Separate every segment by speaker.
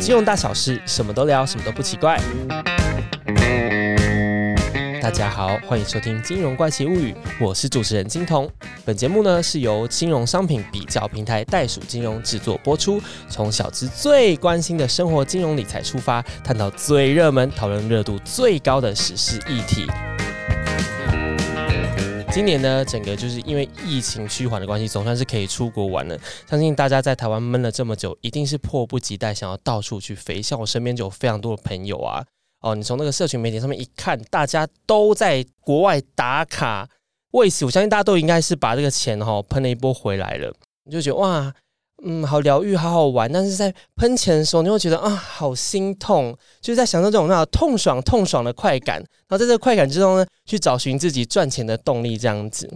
Speaker 1: 金融大小事，什么都聊，什么都不奇怪。大家好，欢迎收听《金融怪奇物语》，我是主持人金童。本节目呢是由金融商品比较平台袋鼠金融制作播出，从小资最关心的生活金融理财出发，探讨最热门、讨论热度最高的时事议题。今年呢，整个就是因为疫情趋缓的关系，总算是可以出国玩了。相信大家在台湾闷了这么久，一定是迫不及待想要到处去飞。像我身边就有非常多的朋友啊，哦，你从那个社群媒体上面一看，大家都在国外打卡。为此，我相信大家都应该是把这个钱哈、哦、喷了一波回来了。你就觉得哇，嗯，好疗愈，好好玩。但是在喷钱的时候，你会觉得啊，好心痛，就是在享受这种那种痛爽、痛爽的快感。然后在这个快感之中呢，去找寻自己赚钱的动力，这样子。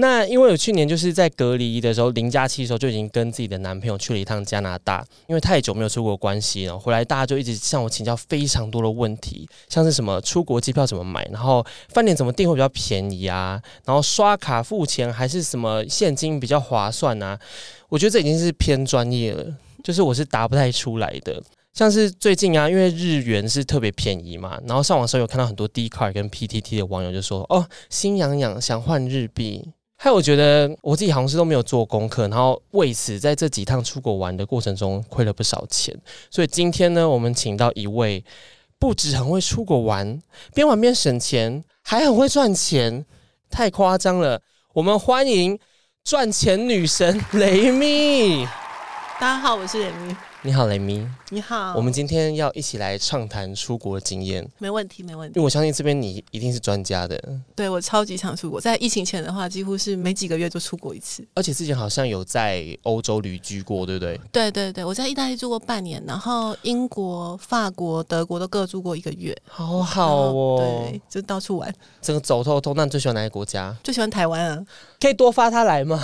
Speaker 1: 那因为我去年就是在隔离的时候，零加七的时候就已经跟自己的男朋友去了一趟加拿大，因为太久没有出国关系了，回来大家就一直向我请教非常多的问题，像是什么出国机票怎么买，然后饭店怎么订会比较便宜啊，然后刷卡付钱还是什么现金比较划算啊？我觉得这已经是偏专业了，就是我是答不太出来的。像是最近啊，因为日元是特别便宜嘛，然后上网时候有看到很多 d c a r 跟 PTT 的网友就说：“哦，心痒痒想换日币。”还有，我觉得我自己好像是都没有做功课，然后为此在这几趟出国玩的过程中亏了不少钱。所以今天呢，我们请到一位不止很会出国玩，边玩边省钱，还很会赚钱，太夸张了。我们欢迎赚钱女神雷咪。
Speaker 2: 大家好，我是雷咪。
Speaker 1: 你好，雷咪。
Speaker 2: 你好，
Speaker 1: 我们今天要一起来畅谈出国经验，
Speaker 2: 没问题，没问
Speaker 1: 因
Speaker 2: 题。
Speaker 1: 为我相信这边你一定是专家的，
Speaker 2: 对我超级常出国，在疫情前的话，几乎是每几个月就出国一次。
Speaker 1: 而且之前好像有在欧洲旅居过，对不对？
Speaker 2: 对对对，我在意大利住过半年，然后英国、法国、德国都各住过一个月。
Speaker 1: 好好哦
Speaker 2: 然后，对，就到处玩，
Speaker 1: 整个走透透。那你最喜欢哪个国家？
Speaker 2: 最喜欢台湾啊。
Speaker 1: 可以多发他来吗？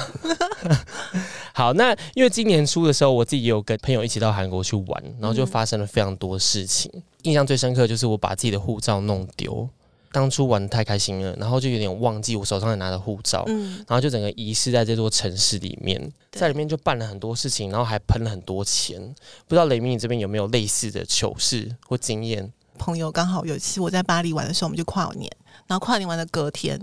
Speaker 1: 好，那因为今年初的时候，我自己也有跟朋友一起到韩国去玩，然后就发生了非常多事情。印象最深刻就是我把自己的护照弄丢，当初玩的太开心了，然后就有点忘记我手上也拿着护照，
Speaker 2: 嗯，
Speaker 1: 然后就整个遗失在这座城市里面，
Speaker 2: 对
Speaker 1: 在里面就办了很多事情，然后还喷了很多钱。不知道雷明你这边有没有类似的糗事或经验？
Speaker 2: 朋友刚好有一次我在巴黎玩的时候，我们就跨年，然后跨年完的隔天，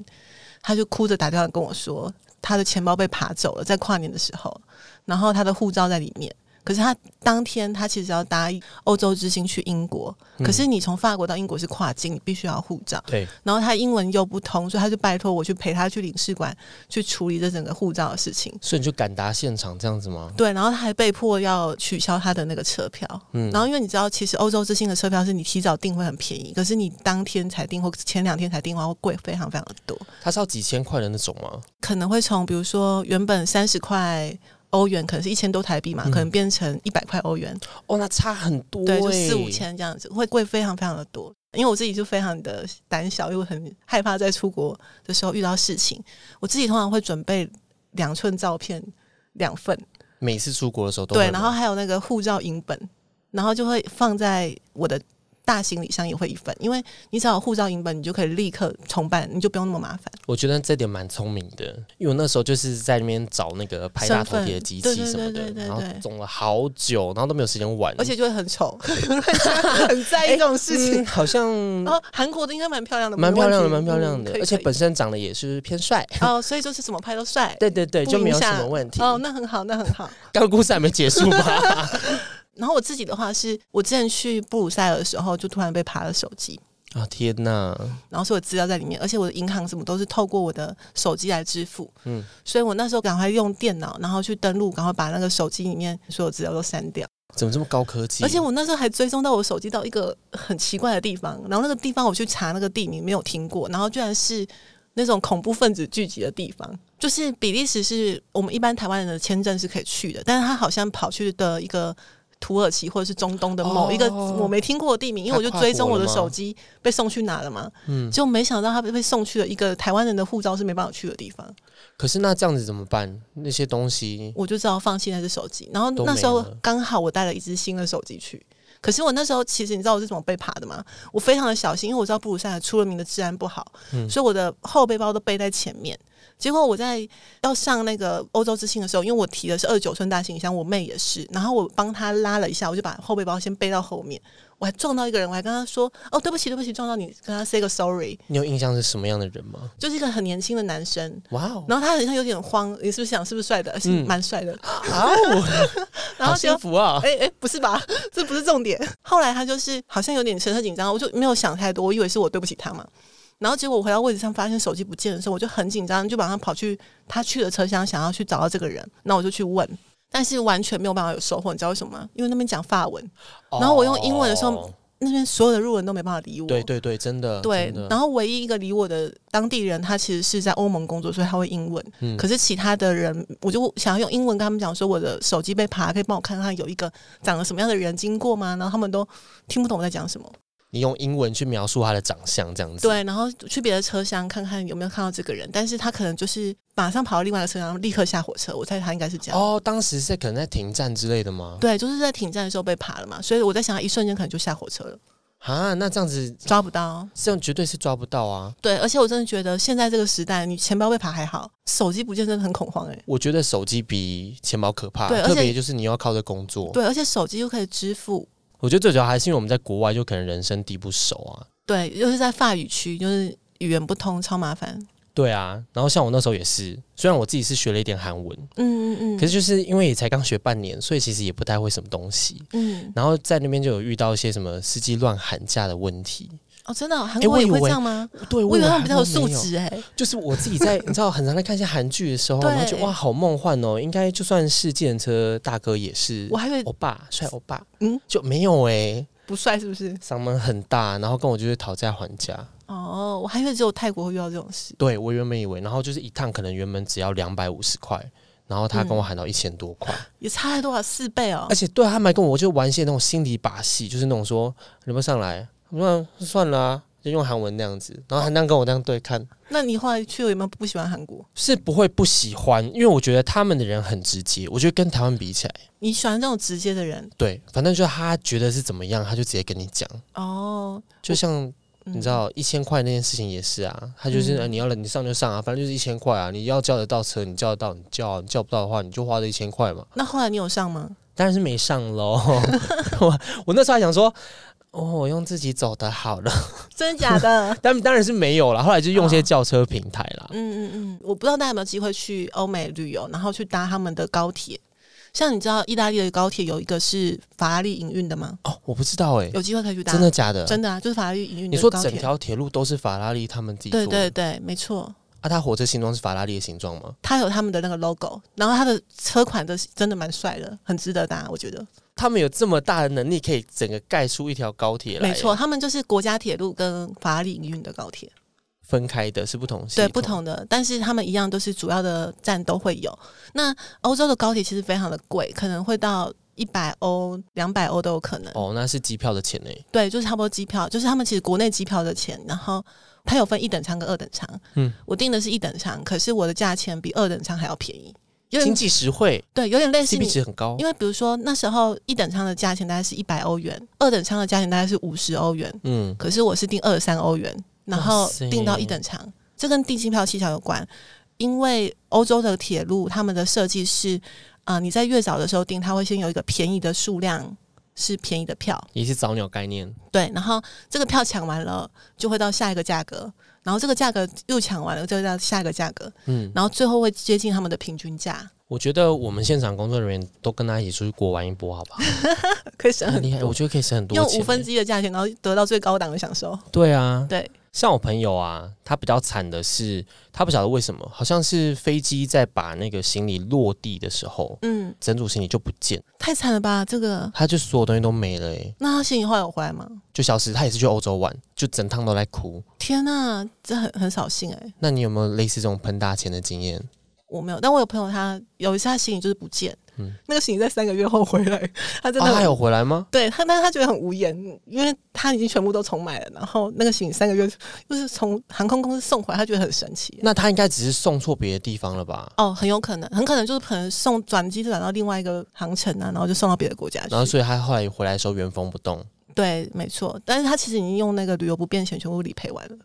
Speaker 2: 他就哭着打电话跟我说，他的钱包被扒走了，在跨年的时候，然后他的护照在里面。可是他当天他其实要搭欧洲之星去英国，
Speaker 1: 嗯
Speaker 2: 可是你从法国到英国是跨境，你必须要护照。
Speaker 1: 对，
Speaker 2: 然后他英文又不通，所以他就拜托我去陪他去领事馆去处理这整个护照的事情。
Speaker 1: 所以你就赶达现场这样子吗？
Speaker 2: 对，然后他还被迫要取消他的那个车票。
Speaker 1: 嗯
Speaker 2: 然后因为你知道，其实欧洲之星的车票是你提早订会很便宜，可是你当天才订或前两天才订的话，会贵非常非常的多，
Speaker 1: 它是要几千块的那种吗？
Speaker 2: 可能会从比如说原本三十块。欧元可能是一千多台币嘛，
Speaker 1: 嗯
Speaker 2: 可能变成一百块欧元，
Speaker 1: 哦，那差很多、欸，
Speaker 2: 对，就四五。千这样子，会贵非常非常的多。因为我自己就非常的胆小，又很害怕在出国的时候遇到事情，我自己通常会准备两寸照片两份，
Speaker 1: 每次出国的时候都会
Speaker 2: 对，
Speaker 1: 吗
Speaker 2: 然后还有那个护照影本，然后就会放在我的大行李箱也会一份，因为你只要有护照影本，你就可以立刻重办，你就不用那么麻烦。
Speaker 1: 我觉得这点蛮聪明的，因为我那时候就是在那边找那个拍大头贴的机
Speaker 2: 身
Speaker 1: 器
Speaker 2: 份
Speaker 1: 什么的
Speaker 2: 对对对，对
Speaker 1: 然后
Speaker 2: 对
Speaker 1: 总了好久，然后都没有时间玩，
Speaker 2: 而且就会 很丑，很在意这种事情。
Speaker 1: 嗯好像
Speaker 2: 然后韩国的应该蛮漂亮的，
Speaker 1: 蛮
Speaker 2: 没
Speaker 1: 漂
Speaker 2: 问
Speaker 1: 亮的，
Speaker 2: 题
Speaker 1: 蛮漂亮的
Speaker 2: 嗯可，以
Speaker 1: 而且
Speaker 2: 可以
Speaker 1: 本身长得也是偏帅。
Speaker 2: 哦，所以就是怎么拍都帅，
Speaker 1: 对对对，
Speaker 2: 不
Speaker 1: 就没有
Speaker 2: 影
Speaker 1: 什
Speaker 2: 响
Speaker 1: 么问题。
Speaker 2: 哦，那很好，那很好。
Speaker 1: 刚刚故事还没结束 吧？
Speaker 2: 然后我自己的话是，我之前去布鲁塞尔的时候，就突然被扒了手机，
Speaker 1: 啊天哪！
Speaker 2: 然后所有资料在里面，而且我的银行什么都是透过我的手机来支付，
Speaker 1: 嗯
Speaker 2: 嗯，所以我那时候赶快用电脑，然后去登录，赶快把那个手机里面所有资料都删掉，
Speaker 1: 怎么这么高科技？
Speaker 2: 而且我那时候还追踪到我手机到一个很奇怪的地方，然后那个地方我去查那个地名没有听过，然后居然是那种恐怖分子聚集的地方，就是比利时是我们一般台湾人的签证是可以去的，但是他好像跑去的一个。土耳其或者是中东的某一个
Speaker 1: 哦
Speaker 2: 我没听过的地名，因为我就
Speaker 1: 他跨国
Speaker 2: 追踪我的
Speaker 1: 了吗
Speaker 2: 手机被送去哪了嘛，
Speaker 1: 嗯，
Speaker 2: 就没想到他被被送去了一个台湾人的护照是没办法去的地方，
Speaker 1: 可是那这样子怎么办？那些东西
Speaker 2: 我就只好放弃那只手机。然后
Speaker 1: 都没
Speaker 2: 那时候
Speaker 1: 了
Speaker 2: 刚好我带了一只新的手机去，可是我那时候其实你知道我是怎么被爬的吗？我非常的小心，因为我知道布鲁塞尔出了名的治安不好，
Speaker 1: 嗯
Speaker 2: 所以我的后背包都背在前面。结果我在要上那个欧洲之星的时候，因为我提的是二九寸大行李箱，我妹也是，然后我帮她拉了一下，我就把后背包先背到后面。我还撞到一个人，我还跟他说：“哦，对不起，对不起，撞到你，跟他 say 个 sorry。
Speaker 1: 你有印象是什么样的人吗？”
Speaker 2: 就是一个很年轻的男生，
Speaker 1: 哇哦，
Speaker 2: 然后他好像有点慌，你是不是想是不是帅的？是
Speaker 1: 嗯
Speaker 2: 蛮帅的。
Speaker 1: 哇 哦，
Speaker 2: 然
Speaker 1: 好
Speaker 2: 后就
Speaker 1: 幸福啊！
Speaker 2: 哎哎、不是吧？ 这不是重点。后来他就是好像有点神色紧张，我就没有想太多，我以为是我对不起他嘛。然后结果我回到位置上，发现手机不见的时候，我就很紧张，就马上跑去他去的车厢，想要去找到这个人。那我就去问，但是完全没有办法有收获，你知道为什么吗？因为那边讲法文，哎然后我用英文的时候
Speaker 1: 哦
Speaker 2: 那边所有的路人都没办法理我。
Speaker 1: 对对对，真的
Speaker 2: 对
Speaker 1: 啊真的
Speaker 2: 然后唯一一个理我的当地人，他其实是在欧盟工作，所以他会英文。
Speaker 1: 嗯
Speaker 2: 可是其他的人，我就想要用英文跟他们讲说，我的手机被爬，可以帮我看看有一个长得什么样的人经过吗？然后他们都听不懂我在讲什么。
Speaker 1: 你用英文去描述他的长相，这样子。
Speaker 2: 对，然后去别的车厢看看有没有看到这个人，但是他可能就是马上跑到另外一个车厢，立刻下火车。我猜他应该是这样。
Speaker 1: 哦，当时是可能在停站之类的吗？
Speaker 2: 对，就是在停站的时候被爬了嘛，所以我在想，他一瞬间可能就下火车了，
Speaker 1: 啊，那这样子
Speaker 2: 抓不到。
Speaker 1: 这样绝对是抓不到啊！
Speaker 2: 对，而且我真的觉得现在这个时代，你钱包被爬还好，手机不见真的很恐慌哎、
Speaker 1: 我觉得手机比钱包可怕，
Speaker 2: 对而且
Speaker 1: 特别就是你要靠着工作。
Speaker 2: 对，而且手机又可以支付，
Speaker 1: 我觉得最主要还是因为我们在国外就可能人生地不熟啊。
Speaker 2: 对，又是在法语区，就是语言不通，超麻烦。
Speaker 1: 对啊，然后像我那时候也是，虽然我自己是学了一点韩文，
Speaker 2: 嗯嗯嗯。
Speaker 1: 可是就是因为也才刚学半年，所以其实也不太会什么东西。
Speaker 2: 嗯，
Speaker 1: 然后在那边就有遇到一些什么司机乱喊价的问题。
Speaker 2: 哦，真的哦、韩
Speaker 1: 诶
Speaker 2: 国
Speaker 1: 我
Speaker 2: 也
Speaker 1: 以
Speaker 2: 会这
Speaker 1: 为
Speaker 2: 样吗？
Speaker 1: 对，
Speaker 2: 我以为他们比较有
Speaker 1: 韩国
Speaker 2: 素
Speaker 1: 没有
Speaker 2: 质哎、
Speaker 1: 就是我自己在你知道，很常在看一些韩剧的时候，然后就
Speaker 2: 对
Speaker 1: 哇，好梦幻哦！应该就算是计程车大哥也是
Speaker 2: 我还以为
Speaker 1: 欧巴，帅欧巴，
Speaker 2: 嗯
Speaker 1: 嗯，就没有哎、
Speaker 2: 哦不帅是不是？
Speaker 1: 嗓门很大，然后跟我就是讨价还价。
Speaker 2: 哦，我还以为只有泰国会遇到这种事。
Speaker 1: 对我原本以为，然后就是一趟可能原本只要两百五十块。然后他跟
Speaker 2: 嗯
Speaker 1: 我喊到一千多块，
Speaker 2: 也差了多少四倍哦
Speaker 1: 而！且对他们还跟我就玩一些那种心理把戏，就是那种说你们上来，我说算了、啊，就用韩文那样子，然后还那样跟我那样对看，
Speaker 2: 那你后来去了有没有不喜欢韩国？
Speaker 1: 是不会不喜欢，因为我觉得他们的人很直接，我觉得跟台湾比起来。
Speaker 2: 你喜欢这种直接的人
Speaker 1: 对，反正就是他觉得是怎么样，他就直接跟你讲。
Speaker 2: 哦？
Speaker 1: 就像
Speaker 2: 嗯
Speaker 1: 你知，道一千块那件事情也是啊，他就是、
Speaker 2: 嗯
Speaker 1: 呃你要了你上就上啊，反正就是一千块啊，你要叫得到车你叫得到，你叫啊、你叫不到的话你就花这一千块嘛。
Speaker 2: 那后来你有上吗？
Speaker 1: 当然是没上喽，我我那时候还想说。哦，我用自己走的好了，
Speaker 2: 真的假的？
Speaker 1: 但当然是没有了。后来就用一些轿车平台啦。
Speaker 2: 嗯嗯嗯，我不知道大家有没有机会去欧美旅游，然后去搭他们的高铁。像你知道意大利的高铁有一个是法拉利营运的吗？
Speaker 1: 哦，我不知道哎、
Speaker 2: 有机会可以去搭，
Speaker 1: 真的假的？
Speaker 2: 真的啊，就是法拉利营运
Speaker 1: 你
Speaker 2: 的
Speaker 1: 说
Speaker 2: 高铁。
Speaker 1: 整条铁路都是法拉利他们自己做
Speaker 2: 对
Speaker 1: 的？
Speaker 2: 对对，没错，
Speaker 1: 啊，它火车形状是法拉利的形状吗？
Speaker 2: 它有他们的那个 logo，然后它的车款的真的蛮帅的，很值得搭，我觉得。
Speaker 1: 他们有这么大的能力，可以整个盖出一条高铁来，
Speaker 2: 没错，，他们就是国家铁路跟法拉利营运的高铁，
Speaker 1: 分开的是不同系
Speaker 2: 对
Speaker 1: 统，
Speaker 2: 不同的，但是他们一样都是主要的站都会有。那欧洲的高铁其实非常的贵，可能会到一百欧、两百欧都有可能。
Speaker 1: 哦，那是机票的钱呢。
Speaker 2: 对，就是差不多机票，就是他们其实国内机票的钱，然后它有分一等舱跟二等舱。
Speaker 1: 嗯，
Speaker 2: 我订的是一等舱，可是我的价钱比二等舱还要便宜，有
Speaker 1: 经
Speaker 2: 点
Speaker 1: 济实惠
Speaker 2: 对，有点类似你
Speaker 1: ，CP 值很高
Speaker 2: 因。为比如说那时候一等舱的价钱大概是一百欧元，二等舱的价钱大概是五十欧元，
Speaker 1: 嗯，
Speaker 2: 可是我是订二三欧元，然
Speaker 1: 哇
Speaker 2: 后
Speaker 1: 塞
Speaker 2: 订到一等舱，这跟订机票技巧有关，因为欧洲的铁路他们的设计是，啊、你在越早的时候订，它会先有一个便宜的数量。是便宜的票，
Speaker 1: 也是早鸟概念，
Speaker 2: 对，然后这个票抢完了，就会到下一个价格，然后这个价格又抢完了，就会到下一个价格，
Speaker 1: 嗯，
Speaker 2: 然后最后会接近他们的平均价，
Speaker 1: 我觉得我们现场工作人员都跟他一起出去国玩一波，好不 好？
Speaker 2: 可以省
Speaker 1: 很
Speaker 2: 很
Speaker 1: 厉害，我
Speaker 2: 多，
Speaker 1: 觉得可以省很多
Speaker 2: 用
Speaker 1: 钱。欸
Speaker 2: 五分之一的价钱，然后得到最高档的享受。
Speaker 1: 对啊，
Speaker 2: 对，
Speaker 1: 像我朋友啊，他比较惨的是，他不晓得为什么，好像是飞机在把那个行李落地的时候，
Speaker 2: 嗯，
Speaker 1: 整组行李就不见，
Speaker 2: 太惨了吧？这个，
Speaker 1: 他就所有东西都没了、欸，
Speaker 2: 那他行李后来有回来吗？
Speaker 1: 就消失。他也是去欧洲玩，就整趟都在哭。
Speaker 2: 天呐，这很很扫兴哎、
Speaker 1: 那你有没有类似这种喷大钱的经验？
Speaker 2: 我没有，但我有朋友他有一次他行李就是不见，
Speaker 1: 嗯
Speaker 2: 那个行李在三个月后回来，他真
Speaker 1: 啊，
Speaker 2: 的
Speaker 1: 他
Speaker 2: 很
Speaker 1: 有回来吗？
Speaker 2: 对他，但是他觉得很无言，因为他已经全部都重买了，然后那个行李三个月就是从航空公司送回来，他觉得很神奇。
Speaker 1: 那他应该只是送错别的地方了吧？
Speaker 2: 哦，很有可能，很可能就是可能送转机转到另外一个航程啊，然后就送到别的国家去。
Speaker 1: 然后所以他后来回来的时候原封不动
Speaker 2: 对，没错，但是他其实已经用那个旅游不便险全部理赔完了，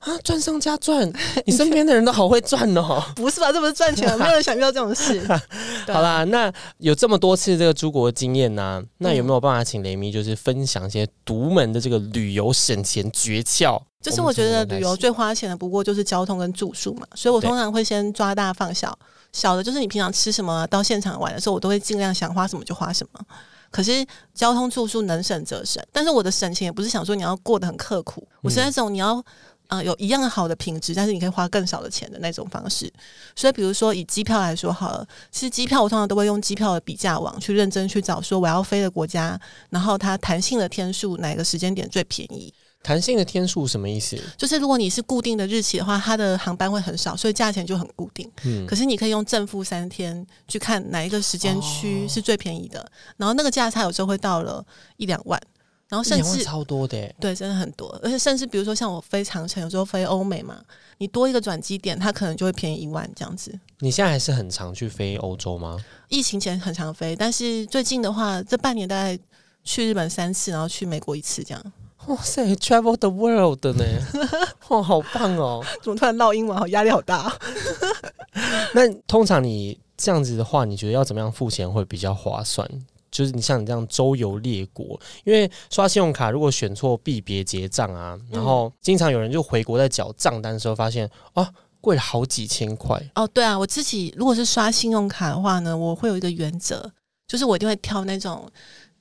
Speaker 1: 啊，赚上加赚， 你身边的人都好会赚哦。
Speaker 2: 不是吧？这不是赚钱 啊，没有人想遇到这种事。 对啊
Speaker 1: 好啦，那有这么多次这个出国经验呢、那有没有办法请雷米就是分享一些独门的这个旅游省钱诀窍？
Speaker 2: 就是
Speaker 1: 我们
Speaker 2: 我觉得
Speaker 1: 从哪
Speaker 2: 旅
Speaker 1: 里
Speaker 2: 游
Speaker 1: 开始
Speaker 2: 最花钱的，不过就是交通跟住宿嘛，所以我通常会先抓大放小，小的就是你平常吃什么啊，到现场玩的时候，我都会尽量想花什么就花什么。可是交通住宿能省则省，但是我的省钱也不是想说你要过得很刻苦，我是那
Speaker 1: 嗯
Speaker 2: 种你要啊、呃有一样好的品质，但是你可以花更少的钱的那种方式。所以比如说以机票来说好了，其实机票我通常都会用机票的比价网去认真去找说我要飞的国家，然后它弹性的天数哪个时间点最便宜。
Speaker 1: 弹性的天数什么意思？
Speaker 2: 就是如果你是固定的日期的话，它的航班会很少，所以价钱就很固定。
Speaker 1: 嗯
Speaker 2: 可是你可以用正负三天去看哪一个时间区
Speaker 1: 哦
Speaker 2: 是最便宜的，然后那个价差有时候会到了一两万，然后甚
Speaker 1: 两万
Speaker 2: 至。
Speaker 1: 超多的欸耶，
Speaker 2: 对，真的很多，而且甚至比如说像我飞长城，有时候飞欧美嘛，你多一个转机点，它可能就会便宜一万这样子。
Speaker 1: 你现在还是很常去飞欧洲吗？
Speaker 2: 疫情前很常飞，但是最近的话，这半年大概去日本三次，然后去美国一次，这样。
Speaker 1: 哇塞，travel the world 呢，哇，好棒哦！
Speaker 2: 怎么突然唠英文？好压力好大、啊
Speaker 1: 那通常你这样子的话，你觉得要怎么样付钱会比较划算？就是你像你这样周游列国，因为刷信用卡如果选错币别结账啊，
Speaker 2: 嗯
Speaker 1: 然后经常有人就回国在缴账单的时候发现啊，贵了好几千块。
Speaker 2: 哦，对啊，我自己如果是刷信用卡的话呢，我会有一个原则，就是我一定会挑那种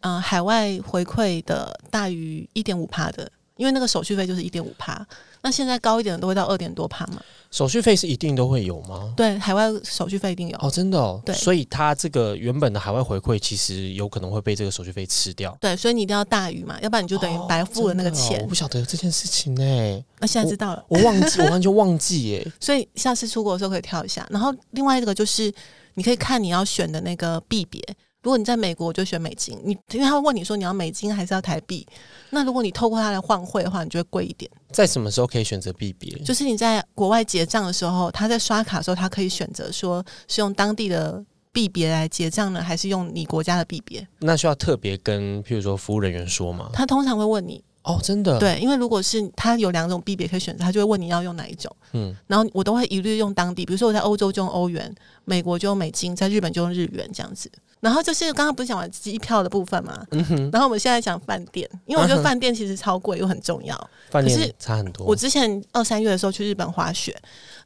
Speaker 2: 嗯、呃海外回馈的大于一点五趴的，因为那个手续费就是一点五趴。那现在高一点的都会到二点多趴嘛？
Speaker 1: 手续费是一定都会有吗？
Speaker 2: 对，海外手续费一定有。
Speaker 1: 哦，真的哦，
Speaker 2: 对
Speaker 1: 所以它这个原本的海外回馈其实有可能会被这个手续费吃掉，
Speaker 2: 对，所以你一定要大于嘛，要不然你就等于白付了那个
Speaker 1: 哦真的哦
Speaker 2: 钱
Speaker 1: 我。不晓得有这件事情呢、
Speaker 2: 那、现在知道了，
Speaker 1: 我忘记，我 完全忘记耶、
Speaker 2: 所以下次出国的时候可以挑一下。然后另外一个就是，你可以看你要选的那个币别。如果你在美国，我就选美金。你因为他会问你说你要美金还是要台币，那如果你透过它来换汇的话，你就会贵一点。
Speaker 1: 在什么时候可以选择币别？
Speaker 2: 就是你在国外结账的时候，他在刷卡的时候，他可以选择说是用当地的币别来结账呢，还是用你国家的币别。
Speaker 1: 那需要特别跟，譬如说服务人员说吗？
Speaker 2: 他通常会问你，
Speaker 1: 哦，真的，，
Speaker 2: 对，因为如果是他有两种币别可以选择，他就会问你要用哪一种。
Speaker 1: 嗯，
Speaker 2: 然后我都会一律用当地，比如说我在欧洲就用欧元，美国就用美金，在日本就用日元这样子。然后就是刚刚不是讲完机票的部分嘛，
Speaker 1: 嗯
Speaker 2: 然后我们现在讲饭店，因为我觉得饭店其实超贵又很重要。
Speaker 1: 饭
Speaker 2: 可
Speaker 1: 店
Speaker 2: 是
Speaker 1: 差很多。
Speaker 2: 我之前二三月的时候去日本滑雪，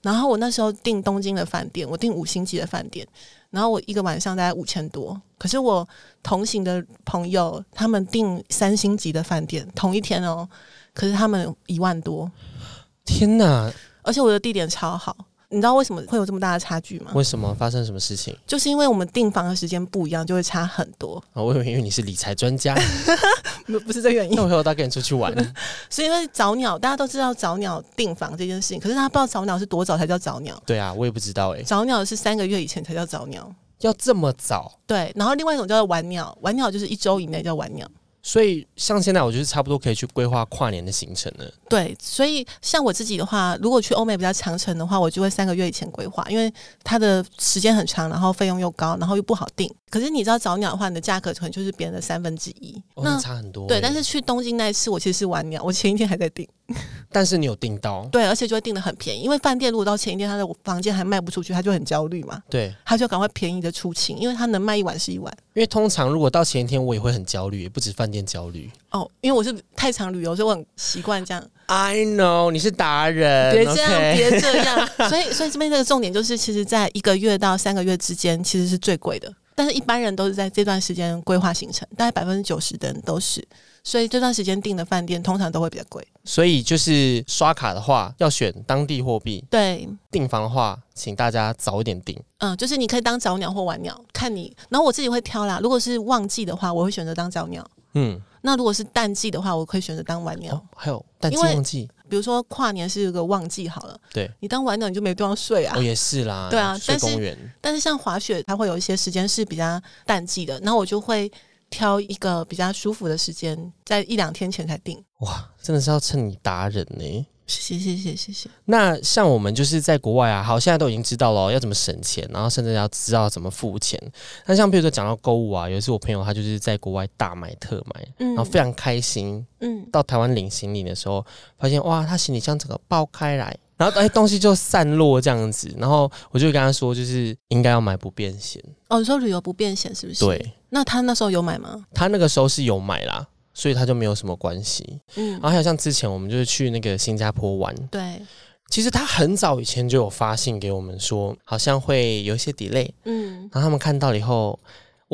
Speaker 2: 然后我那时候订东京的饭店，我订五星级的饭店，然后我一个晚上大概五千多。可是我同行的朋友他们订三星级的饭店，同一天哦，可是他们一万多，
Speaker 1: 天哪，
Speaker 2: 而且我的地点超好。你知道为什么会有这么大的差距吗？
Speaker 1: 为什么发生什么事情？
Speaker 2: 就是因为我们订房的时间不一样，就会差很多，
Speaker 1: 啊，我以为因为你是理财专家，
Speaker 2: 不不是这个原因
Speaker 1: 那。我以后要跟你出去玩。
Speaker 2: 是因为早鸟，大家都知道早鸟订房这件事情，可是他不知道早鸟是多早才叫早鸟，
Speaker 1: 对啊，我也不知道哎、
Speaker 2: 早鸟是三个月以前才叫早鸟。
Speaker 1: 要这么早。
Speaker 2: 对，然后另外一种叫做晚鸟，晚鸟就是一周以内叫晚鸟。
Speaker 1: 所以像现在，我就是差不多可以去规划跨年的行程了。
Speaker 2: 对，所以像我自己的话，如果去欧美比较长程的话，我就会三个月以前规划，因为它的时间很长，然后费用又高，然后又不好定。可是你知道早鸟的话，你的价格可能就是别人的三分之一。
Speaker 1: 哦，
Speaker 2: 那
Speaker 1: 那差很多欸、
Speaker 2: 对，但是去东京那一次，我其实是晚鸟，我前一天还在订。
Speaker 1: 但是你有订到，
Speaker 2: 对，而且就会订的很便宜，因为饭店如果到前一天他的房间还卖不出去，他就很焦虑嘛，
Speaker 1: 对，
Speaker 2: 他就赶快便宜的出清，因为他能卖一晚是一晚。
Speaker 1: 因为通常如果到前一天，我也会很焦虑，也不止饭店焦虑。
Speaker 2: 哦，因为我是太常旅游，所以我很习惯这样。
Speaker 1: I know 你是达人，
Speaker 2: 别这样
Speaker 1: OK
Speaker 2: 别这 样。所以，所以这边这个重点就是，其实在一个月到三个月之间，其实是最贵的。但是一般人都是在这段时间规划行程，大概百分之九十的人都是，所以这段时间订的饭店通常都会比较贵。
Speaker 1: 所以就是刷卡的话，要选当地货币；
Speaker 2: 对，
Speaker 1: 订房的话，请大家早一点订。
Speaker 2: 嗯，就是你可以当早鸟或晚鸟，看你。然后我自己会挑啦，如果是旺季的话，我会选择当早鸟。
Speaker 1: 嗯，
Speaker 2: 那如果是淡季的话，我可以选择当晚鸟。
Speaker 1: 哦，还有淡季
Speaker 2: 因为
Speaker 1: 旺季，
Speaker 2: 比如说跨年是个旺季好了，
Speaker 1: 对，
Speaker 2: 你当晚鸟你就没地方睡啊
Speaker 1: 哦，。也是啦，
Speaker 2: 对啊
Speaker 1: 睡
Speaker 2: 但是
Speaker 1: 公园
Speaker 2: 但是像滑雪，它会有一些时间是比较淡季的，那我就会挑一个比较舒服的时间，在一两天前才定。
Speaker 1: 哇，真的是要趁你达人呢、
Speaker 2: 谢谢谢谢谢谢。
Speaker 1: 那像我们就是在国外啊，好，现在都已经知道了要怎么省钱，然后甚至要知道怎么付钱。那像比如说讲到购物啊，有一次我朋友他就是在国外大买特买，
Speaker 2: 嗯
Speaker 1: 然后非常开心，
Speaker 2: 嗯，
Speaker 1: 到台湾领行李的时候，发现哇，他行李箱整个爆开来，然后哎东西就散落这样子，然后我就跟他说，就是应该要买不便险。
Speaker 2: 哦，你说旅游不便险是不是？
Speaker 1: 对。
Speaker 2: 那他那时候有买吗？
Speaker 1: 他那个时候是有买啦，所以他就没有什么关系。
Speaker 2: 嗯
Speaker 1: 然，后还有像之前我们就是去那个新加坡玩，
Speaker 2: 对，
Speaker 1: 其实他很早以前就有发信给我们说，好像会有一些 delay，
Speaker 2: 嗯
Speaker 1: 然后他们看到了以后，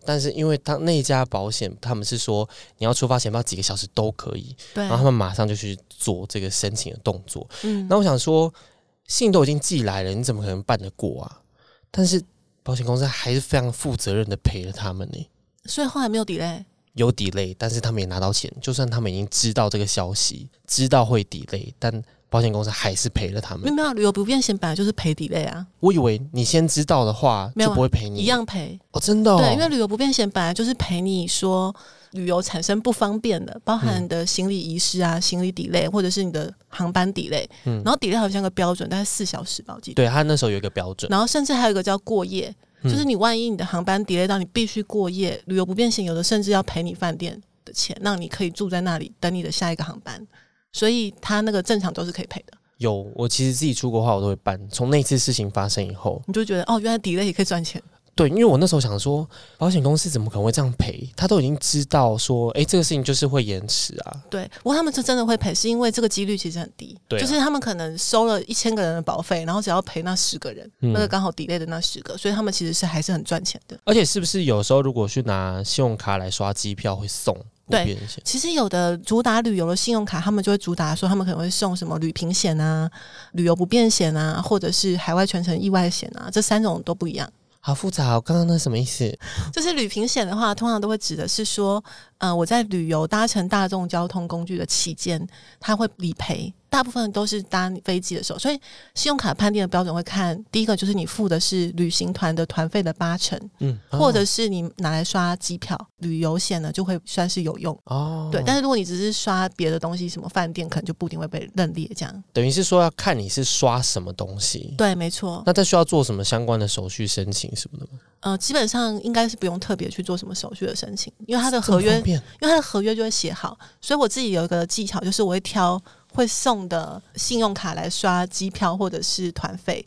Speaker 1: 但是因为他那一家保险，他们是说你要出发前报几个小时都可以，
Speaker 2: 对
Speaker 1: 然后他们马上就去做这个申请的动作。
Speaker 2: 嗯
Speaker 1: 那我想说，信都已经寄来了，你怎么可能办得过啊？但是保险公司还是非常负责任的赔了他们呢、
Speaker 2: 所以后来没有 delay。
Speaker 1: 有 delay，但是他们也拿到钱，就算他们已经知道这个消息，知道会 delay，但保险公司还是赔了他
Speaker 2: 没
Speaker 1: 们
Speaker 2: 有。没有，旅游不便险本来就是赔 delay 啊，
Speaker 1: 我以为你先知道的话
Speaker 2: 没有
Speaker 1: 就
Speaker 2: 啊
Speaker 1: 不会赔你，
Speaker 2: 一样赔。
Speaker 1: 哦，真的、哦，
Speaker 2: 对，因为旅游不便险本来就是赔你说旅游产生不方便的，包
Speaker 1: 嗯
Speaker 2: 含你的行李遗失啊、行李 delay 或者是你的航班 delay，、
Speaker 1: 嗯
Speaker 2: 然后 delay 好像有个标准大概四小时吧，我记得。
Speaker 1: 对他那时候有一个标准，
Speaker 2: 然后甚至还有一个叫过夜，
Speaker 1: 嗯
Speaker 2: 就是你万一你的航班 delay 到你必须过夜，旅游不便险有的甚至要赔你饭店的钱，让你可以住在那里等你的下一个航班，所以他那个正常都是可以赔的。
Speaker 1: 有我其实自己出国的话我都会办。从那次事情发生以后，
Speaker 2: 你就觉得哦，原来 delay 也可以赚钱。
Speaker 1: 对，因为我那时候想说，保险公司怎么可能会这样赔？他都已经知道说，诶，这个事情就是会延迟啊。
Speaker 2: 对，不过他们是真的会赔，是因为这个几率其实很低，
Speaker 1: 对啊
Speaker 2: 就是他们可能收了一千个人的保费，然后只要赔那十个人，
Speaker 1: 嗯
Speaker 2: 那个刚好 delay 的那十个，所以他们其实是还是很赚钱的。
Speaker 1: 而且是不是有时候如果去拿信用卡来刷机票会送不
Speaker 2: 对
Speaker 1: 便险？
Speaker 2: 其实有的主打旅游的信用卡，他们就会主打说他们可能会送什么旅平险啊、旅游不便险啊，或者是海外全程意外险啊，这三种都不一样。
Speaker 1: 好复杂、哦，刚刚那什么意思？
Speaker 2: 就是旅平险的话，通常都会指的是说，呃，我在旅游搭乘大众交通工具的期间，它会理赔。大部分都是搭飞机的时候，所以信用卡判定的标准会看第一个就是你付的是旅行团的团费的八成，
Speaker 1: 嗯，
Speaker 2: 或者是你拿来刷机票、旅游险呢，就会算是有用。
Speaker 1: 哦，
Speaker 2: 对，但是如果你只是刷别的东西，什么饭店，可能就不一定会被认列这样。
Speaker 1: 等于是说要看你是刷什么东西。
Speaker 2: 对，没错。
Speaker 1: 那这需要做什么相关的手续申请什么的吗？
Speaker 2: 呃，基本上应该是不用特别去做什么手续的申请，因为它的
Speaker 1: 这么
Speaker 2: 合约
Speaker 1: 方便
Speaker 2: 因为它的合约就会写好，所以我自己有一个技巧，就是我会挑会送的信用卡来刷机票或者是团费，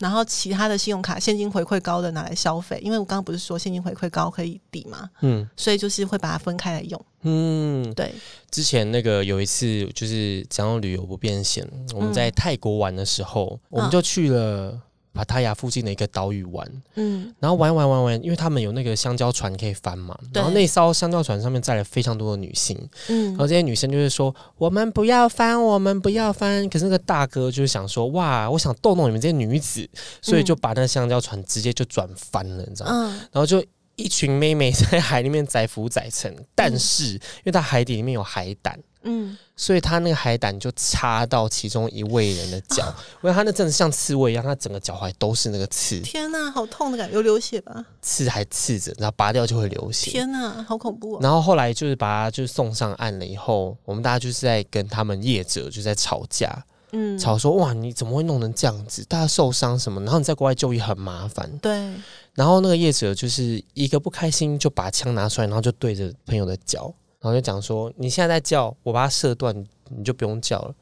Speaker 2: 然后其他的信用卡现金回馈高的拿来消费，因为我刚刚不是说现金回馈高可以抵嘛，
Speaker 1: 嗯
Speaker 2: 所以就是会把它分开来用。
Speaker 1: 嗯，
Speaker 2: 对，
Speaker 1: 之前那个有一次就是讲到旅游不便险，我
Speaker 2: 嗯
Speaker 1: 们在泰国玩的时候，我们就去了帕塔亚附近的一个岛屿玩，
Speaker 2: 嗯，
Speaker 1: 然后玩玩玩玩，因为他们有那个香蕉船可以翻嘛，
Speaker 2: 对
Speaker 1: 然后那艘香蕉船上面载了非常多的女性，然后这
Speaker 2: 嗯，
Speaker 1: 些女生就是说我们不要翻，我们不要翻，可是那个大哥就是想说哇，我想逗弄你们这些女子，所以就把那香蕉船直接就转翻了，你知道吗？
Speaker 2: 嗯，
Speaker 1: 然后就一群妹妹在海里面载浮载沉，但是因为它海底里面有海胆，
Speaker 2: 嗯，
Speaker 1: 所以它那个海胆就插到其中一位人的
Speaker 2: 啊
Speaker 1: 脚，因为它那真的像刺猬一样，它整个脚踝都是那个刺，
Speaker 2: 天哪，好痛的感觉，有流血吧？
Speaker 1: 刺还刺着，然后拔掉就会流血。
Speaker 2: 天哪，好恐怖哦！
Speaker 1: 然后后来就是把它就是送上岸了以后，我们大家就是在跟他们业者就在吵架，
Speaker 2: 嗯，
Speaker 1: 吵说哇你怎么会弄成这样子，大家受伤什么，然后你在国外就医很麻烦。
Speaker 2: 对，
Speaker 1: 然后那个业者就是一个不开心，就把枪拿出来，然后就对着朋友的脚，然后就讲说：“你现在在叫，我把它射断，你就不用叫了。”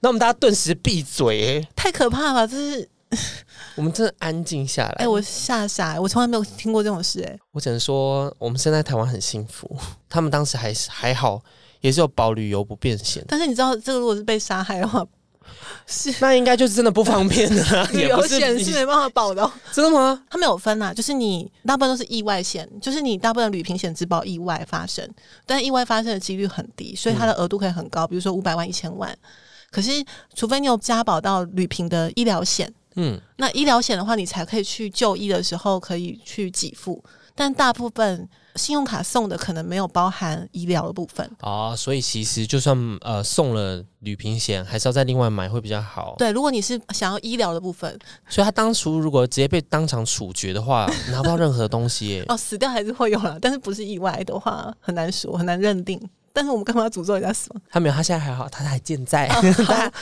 Speaker 1: 那我们大家顿时闭嘴、欸，
Speaker 2: 太可怕了吧，这是
Speaker 1: 我们真的安静下来。
Speaker 2: 哎、我吓傻、我从来没有听过这种事、哎，
Speaker 1: 我只能说，我们现在台湾很幸福，他们当时还是还好，也是有保旅游不便险，
Speaker 2: 但是你知道，这个如果是被杀害的话，是，
Speaker 1: 那应该就是真的不方便的啦
Speaker 2: 旅游险
Speaker 1: 也不
Speaker 2: 是
Speaker 1: 是
Speaker 2: 没办法保的 哦、
Speaker 1: 真的吗？
Speaker 2: 他们有分呐、啊就是你大部分都是意外险，就是你大部分旅平险只保意外发生，但意外发生的几率很低，所以它的额度可以很高，比如说五百万、一千万。可是，除非你有加保到旅平的医疗险，
Speaker 1: 嗯，
Speaker 2: 那医疗险的话，你才可以去就医的时候可以去给付，但大部分信用卡送的可能没有包含医疗的部分。
Speaker 1: 啊，所以其实就算呃送了旅平险，还是要再另外买会比较好。
Speaker 2: 对，如果你是想要医疗的部分，
Speaker 1: 所以他当初如果直接被当场处决的话，拿不到任何东西耶。
Speaker 2: 哦，死掉还是会有啦，但是不是意外的话，很难说，很难认定。但是我们干嘛要诅咒人家死亡？啊
Speaker 1: 他没有，他现在还好，他还健在，
Speaker 2: 好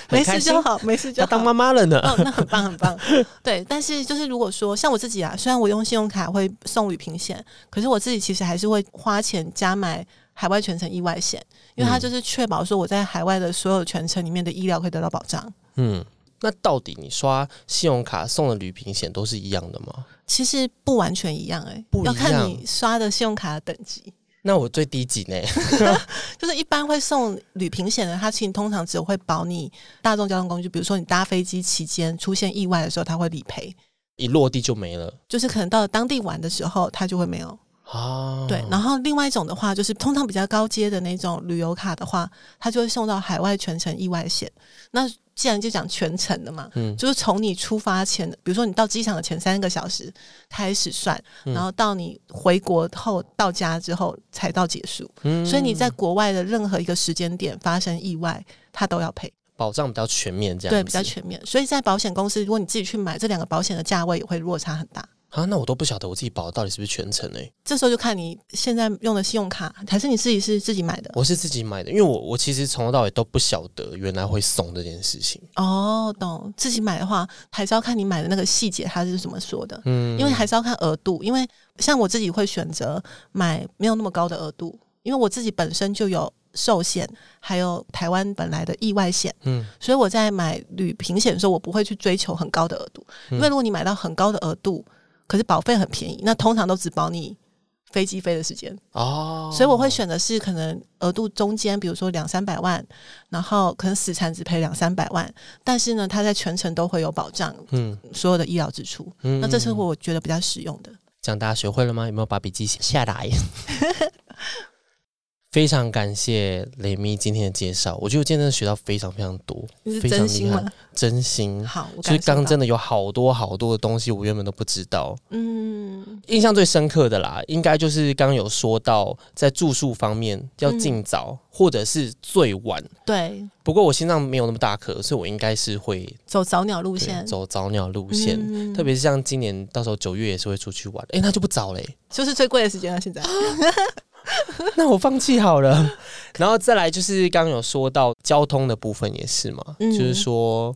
Speaker 2: 没事就好，没事就
Speaker 1: 他
Speaker 2: 好。
Speaker 1: 当妈妈了呢。
Speaker 2: 哦哦，那很棒，很 棒。对，但是就是如果说像我自己啊，虽然我用信用卡会送旅平险，可是我自己其实还是会花钱加买海外全程意外险，因为它
Speaker 1: 嗯
Speaker 2: 就是确保说我在海外的所有全程里面的医疗可以得到保障。
Speaker 1: 嗯，那到底你刷信用卡送的旅平险都是一样的吗？
Speaker 2: 其实不完全一样、欸，哎
Speaker 1: 不，一
Speaker 2: 要
Speaker 1: 样
Speaker 2: 看你刷的信用卡的等级。
Speaker 1: 那我最低级呢？
Speaker 2: 就是一般会送旅平险的，它其实通常只会保你大众交通工具，比如说你搭飞机期间出现意外的时候，它会理赔。
Speaker 1: 一落地就没了
Speaker 2: 就是可能到了当地玩的时候，它就会没有。
Speaker 1: 啊。
Speaker 2: 对，然后另外一种的话，就是通常比较高阶的那种旅游卡的话，它就会送到海外全程意外险。那既然就讲全程的嘛，
Speaker 1: 嗯
Speaker 2: 就是从你出发前，比如说你到机场的前三个小时开始算，
Speaker 1: 嗯
Speaker 2: 然后到你回国后到家之后才到结束。
Speaker 1: 嗯
Speaker 2: 所以你在国外的任何一个时间点发生意外，它都要赔，
Speaker 1: 保障比较全面，这样
Speaker 2: 对，
Speaker 1: 子
Speaker 2: 比较全面。所以在保险公司，如果你自己去买这两个保险的价位，也会落差很大。
Speaker 1: 啊。那我都不晓得我自己保的到底是不是全程哎、
Speaker 2: 这时候就看你现在用的信用卡，还是你自己是自己买的。
Speaker 1: 我是自己买的，因为我我其实从头到尾都不晓得原来会送这件事情。
Speaker 2: 哦，懂。自己买的话，还是要看你买的那个细节，它是怎么说的。
Speaker 1: 嗯
Speaker 2: 因为还是要看额度，因为像我自己会选择买没有那么高的额度，因为我自己本身就有寿险，还有台湾本来的意外险，
Speaker 1: 嗯
Speaker 2: 所以我在买旅平险的时候，我不会去追求很高的额度，因
Speaker 1: 嗯
Speaker 2: 为如果你买到很高的额度，可是保费很便宜，那通常都只保你飞机飞的时间，
Speaker 1: 哦，
Speaker 2: 所以我会选的是可能额度中间，比如说两三百万，然后可能死产只赔两三百万，但是呢，它在全程都会有保障，
Speaker 1: 嗯
Speaker 2: 所有的医疗支出，
Speaker 1: 嗯
Speaker 2: 那这是我觉得比较实用的。
Speaker 1: 讲大家学会了吗？有没有把笔记写下 来？非常感谢雷咪今天的介绍，我觉得我今天真的学到非常非常多，
Speaker 2: 你是
Speaker 1: 非常
Speaker 2: 真
Speaker 1: 厉
Speaker 2: 心
Speaker 1: 害
Speaker 2: 吗？
Speaker 1: 真心。
Speaker 2: 好，我
Speaker 1: 就是
Speaker 2: 感受
Speaker 1: 刚
Speaker 2: 到
Speaker 1: 刚真的有好多好多的东西，我原本都不知道。
Speaker 2: 嗯，
Speaker 1: 印象最深刻的啦，应该就是刚刚有说到在住宿方面要
Speaker 2: 嗯
Speaker 1: 尽早、或者是最晚。
Speaker 2: 对，
Speaker 1: 不过我心脏没有那么大颗，所以我应该是会
Speaker 2: 走早鸟路
Speaker 1: 对
Speaker 2: 线，
Speaker 1: 走早鸟路线。
Speaker 2: 嗯
Speaker 1: 特别是像今年到时候九月也是会出去玩，诶，那就不早嘞、
Speaker 2: 就是最贵的时间了。现在
Speaker 1: 那我放弃好 了。然后再来就是刚刚有说到交通的部分也是嘛，
Speaker 2: 嗯
Speaker 1: 就是说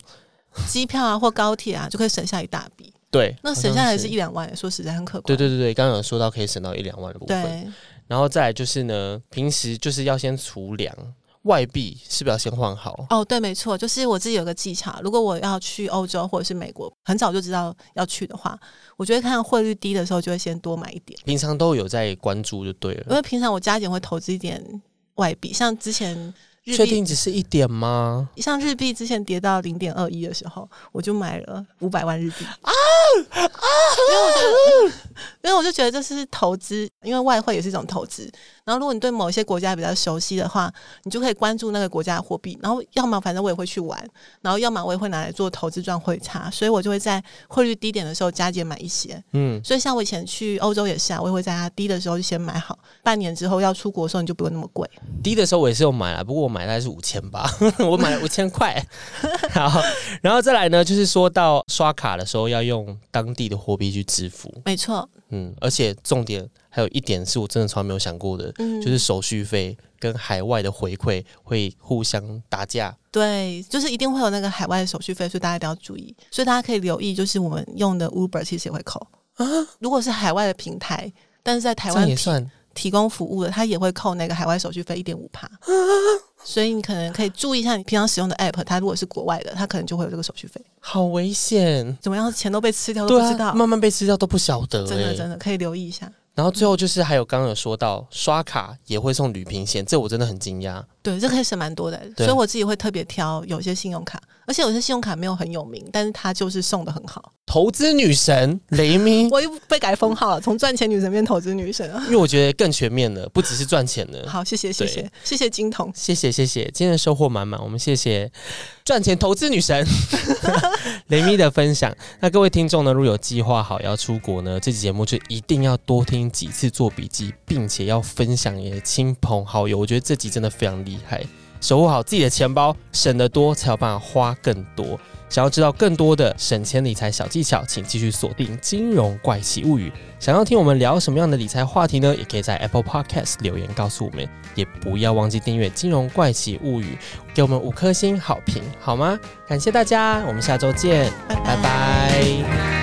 Speaker 2: 机票啊或高铁啊，就可以省下一大笔。
Speaker 1: 对，
Speaker 2: 那
Speaker 1: 好像
Speaker 2: 省下来是一两万，说实在很可观。
Speaker 1: 对对对对，刚刚有说到可以省到一两万的部分。
Speaker 2: 对，
Speaker 1: 然后再来就是呢，平时就是要先储粮，外币是不是要先换好？
Speaker 2: 哦，对，没错，就是我自己有个技巧，如果我要去欧洲或者是美国，很早就知道要去的话，我就会看汇率低的时候，就会先多买一点，
Speaker 1: 平常都有在关注就对
Speaker 2: 因
Speaker 1: 了。
Speaker 2: 为平常我加减会投资一点外币，像之前日
Speaker 1: 确
Speaker 2: 币，
Speaker 1: 定只是一点吗？
Speaker 2: 像日币之前跌到零点二一的时候，我就买了五百万日币啊啊！因为我就因为我就觉得这是投资，因为外汇也是一种投资。然后如果你对某一些国家比较熟悉的话，你就可以关注那个国家的货币。然后要么反正我也会去玩，然后要么我也会拿来做投资赚汇差，所以我就会在汇率低点的时候加减买一些。
Speaker 1: 嗯，
Speaker 2: 所以像我以前去欧洲也是啊，我也会在它低的时候就先买好，半年之后要出国的时候你就不会那么贵。
Speaker 1: 低的时候我也是有买啦，不过我买大概是五千八， 我买了五千 块。好，然后再来呢，就是说到刷卡的时候要用当地的货币去支付。
Speaker 2: 没错，
Speaker 1: 嗯，而且重点还有一点是我真的从来没有想过的，
Speaker 2: 嗯，
Speaker 1: 就是手续费跟海外的回馈会互相打架。
Speaker 2: 对，就是一定会有那个海外的手续费，所以大家一定要注意。所以大家可以留意，就是我们用的 Uber 其实也会扣啊。如果是海外的平台，但是在台
Speaker 1: 这
Speaker 2: 湾
Speaker 1: 样也
Speaker 2: 提
Speaker 1: 算
Speaker 2: 提供服务的，它也会扣那个海外手续费一点五帕。
Speaker 1: 啊
Speaker 2: 所以你可能可以注意一下，你平常使用的 App，它如果是国外的，它可能就会有这个手续费。
Speaker 1: 好危险，
Speaker 2: 怎么样，钱都被吃掉都
Speaker 1: 对
Speaker 2: 不知道，
Speaker 1: 啊，慢慢被吃掉都不晓得、欸，
Speaker 2: 真的真的可以留意一下。嗯
Speaker 1: 然后最后就是还有刚刚有说到刷卡也会送旅行险，这我真的很惊讶。
Speaker 2: 对，这可以省蛮多的，
Speaker 1: 对
Speaker 2: 所以我自己会特别挑有些信用卡，而且有些信用卡没有很有名，但是它就是送的很好。
Speaker 1: 投资女神雷咪，
Speaker 2: 我又被改封号了，从赚钱女神变投资女神了。
Speaker 1: 因为我觉得更全面了，不只是赚钱了。
Speaker 2: 好，谢谢谢谢谢谢金童，
Speaker 1: 谢谢谢谢，今天的收获满满，我们谢谢赚钱投资女神雷咪的分享。那各位听众呢，如果有计划好要出国呢，这期节目就一定要多听几次做笔记，并且要分享给你的亲朋好友。我觉得这集真的非常厉害，守护好自己的钱包，省得多才有办法花更多。想要知道更多的省钱理财小技巧，请继续锁定《金融怪奇物语》。想要听我们聊什么样的理财话题呢？也可以在 Apple Podcast 留言告诉我们。也不要忘记订阅《金融怪奇物语》，给我们五颗星好评，好吗？感谢大家，我们下周见，
Speaker 2: 拜拜
Speaker 1: 拜拜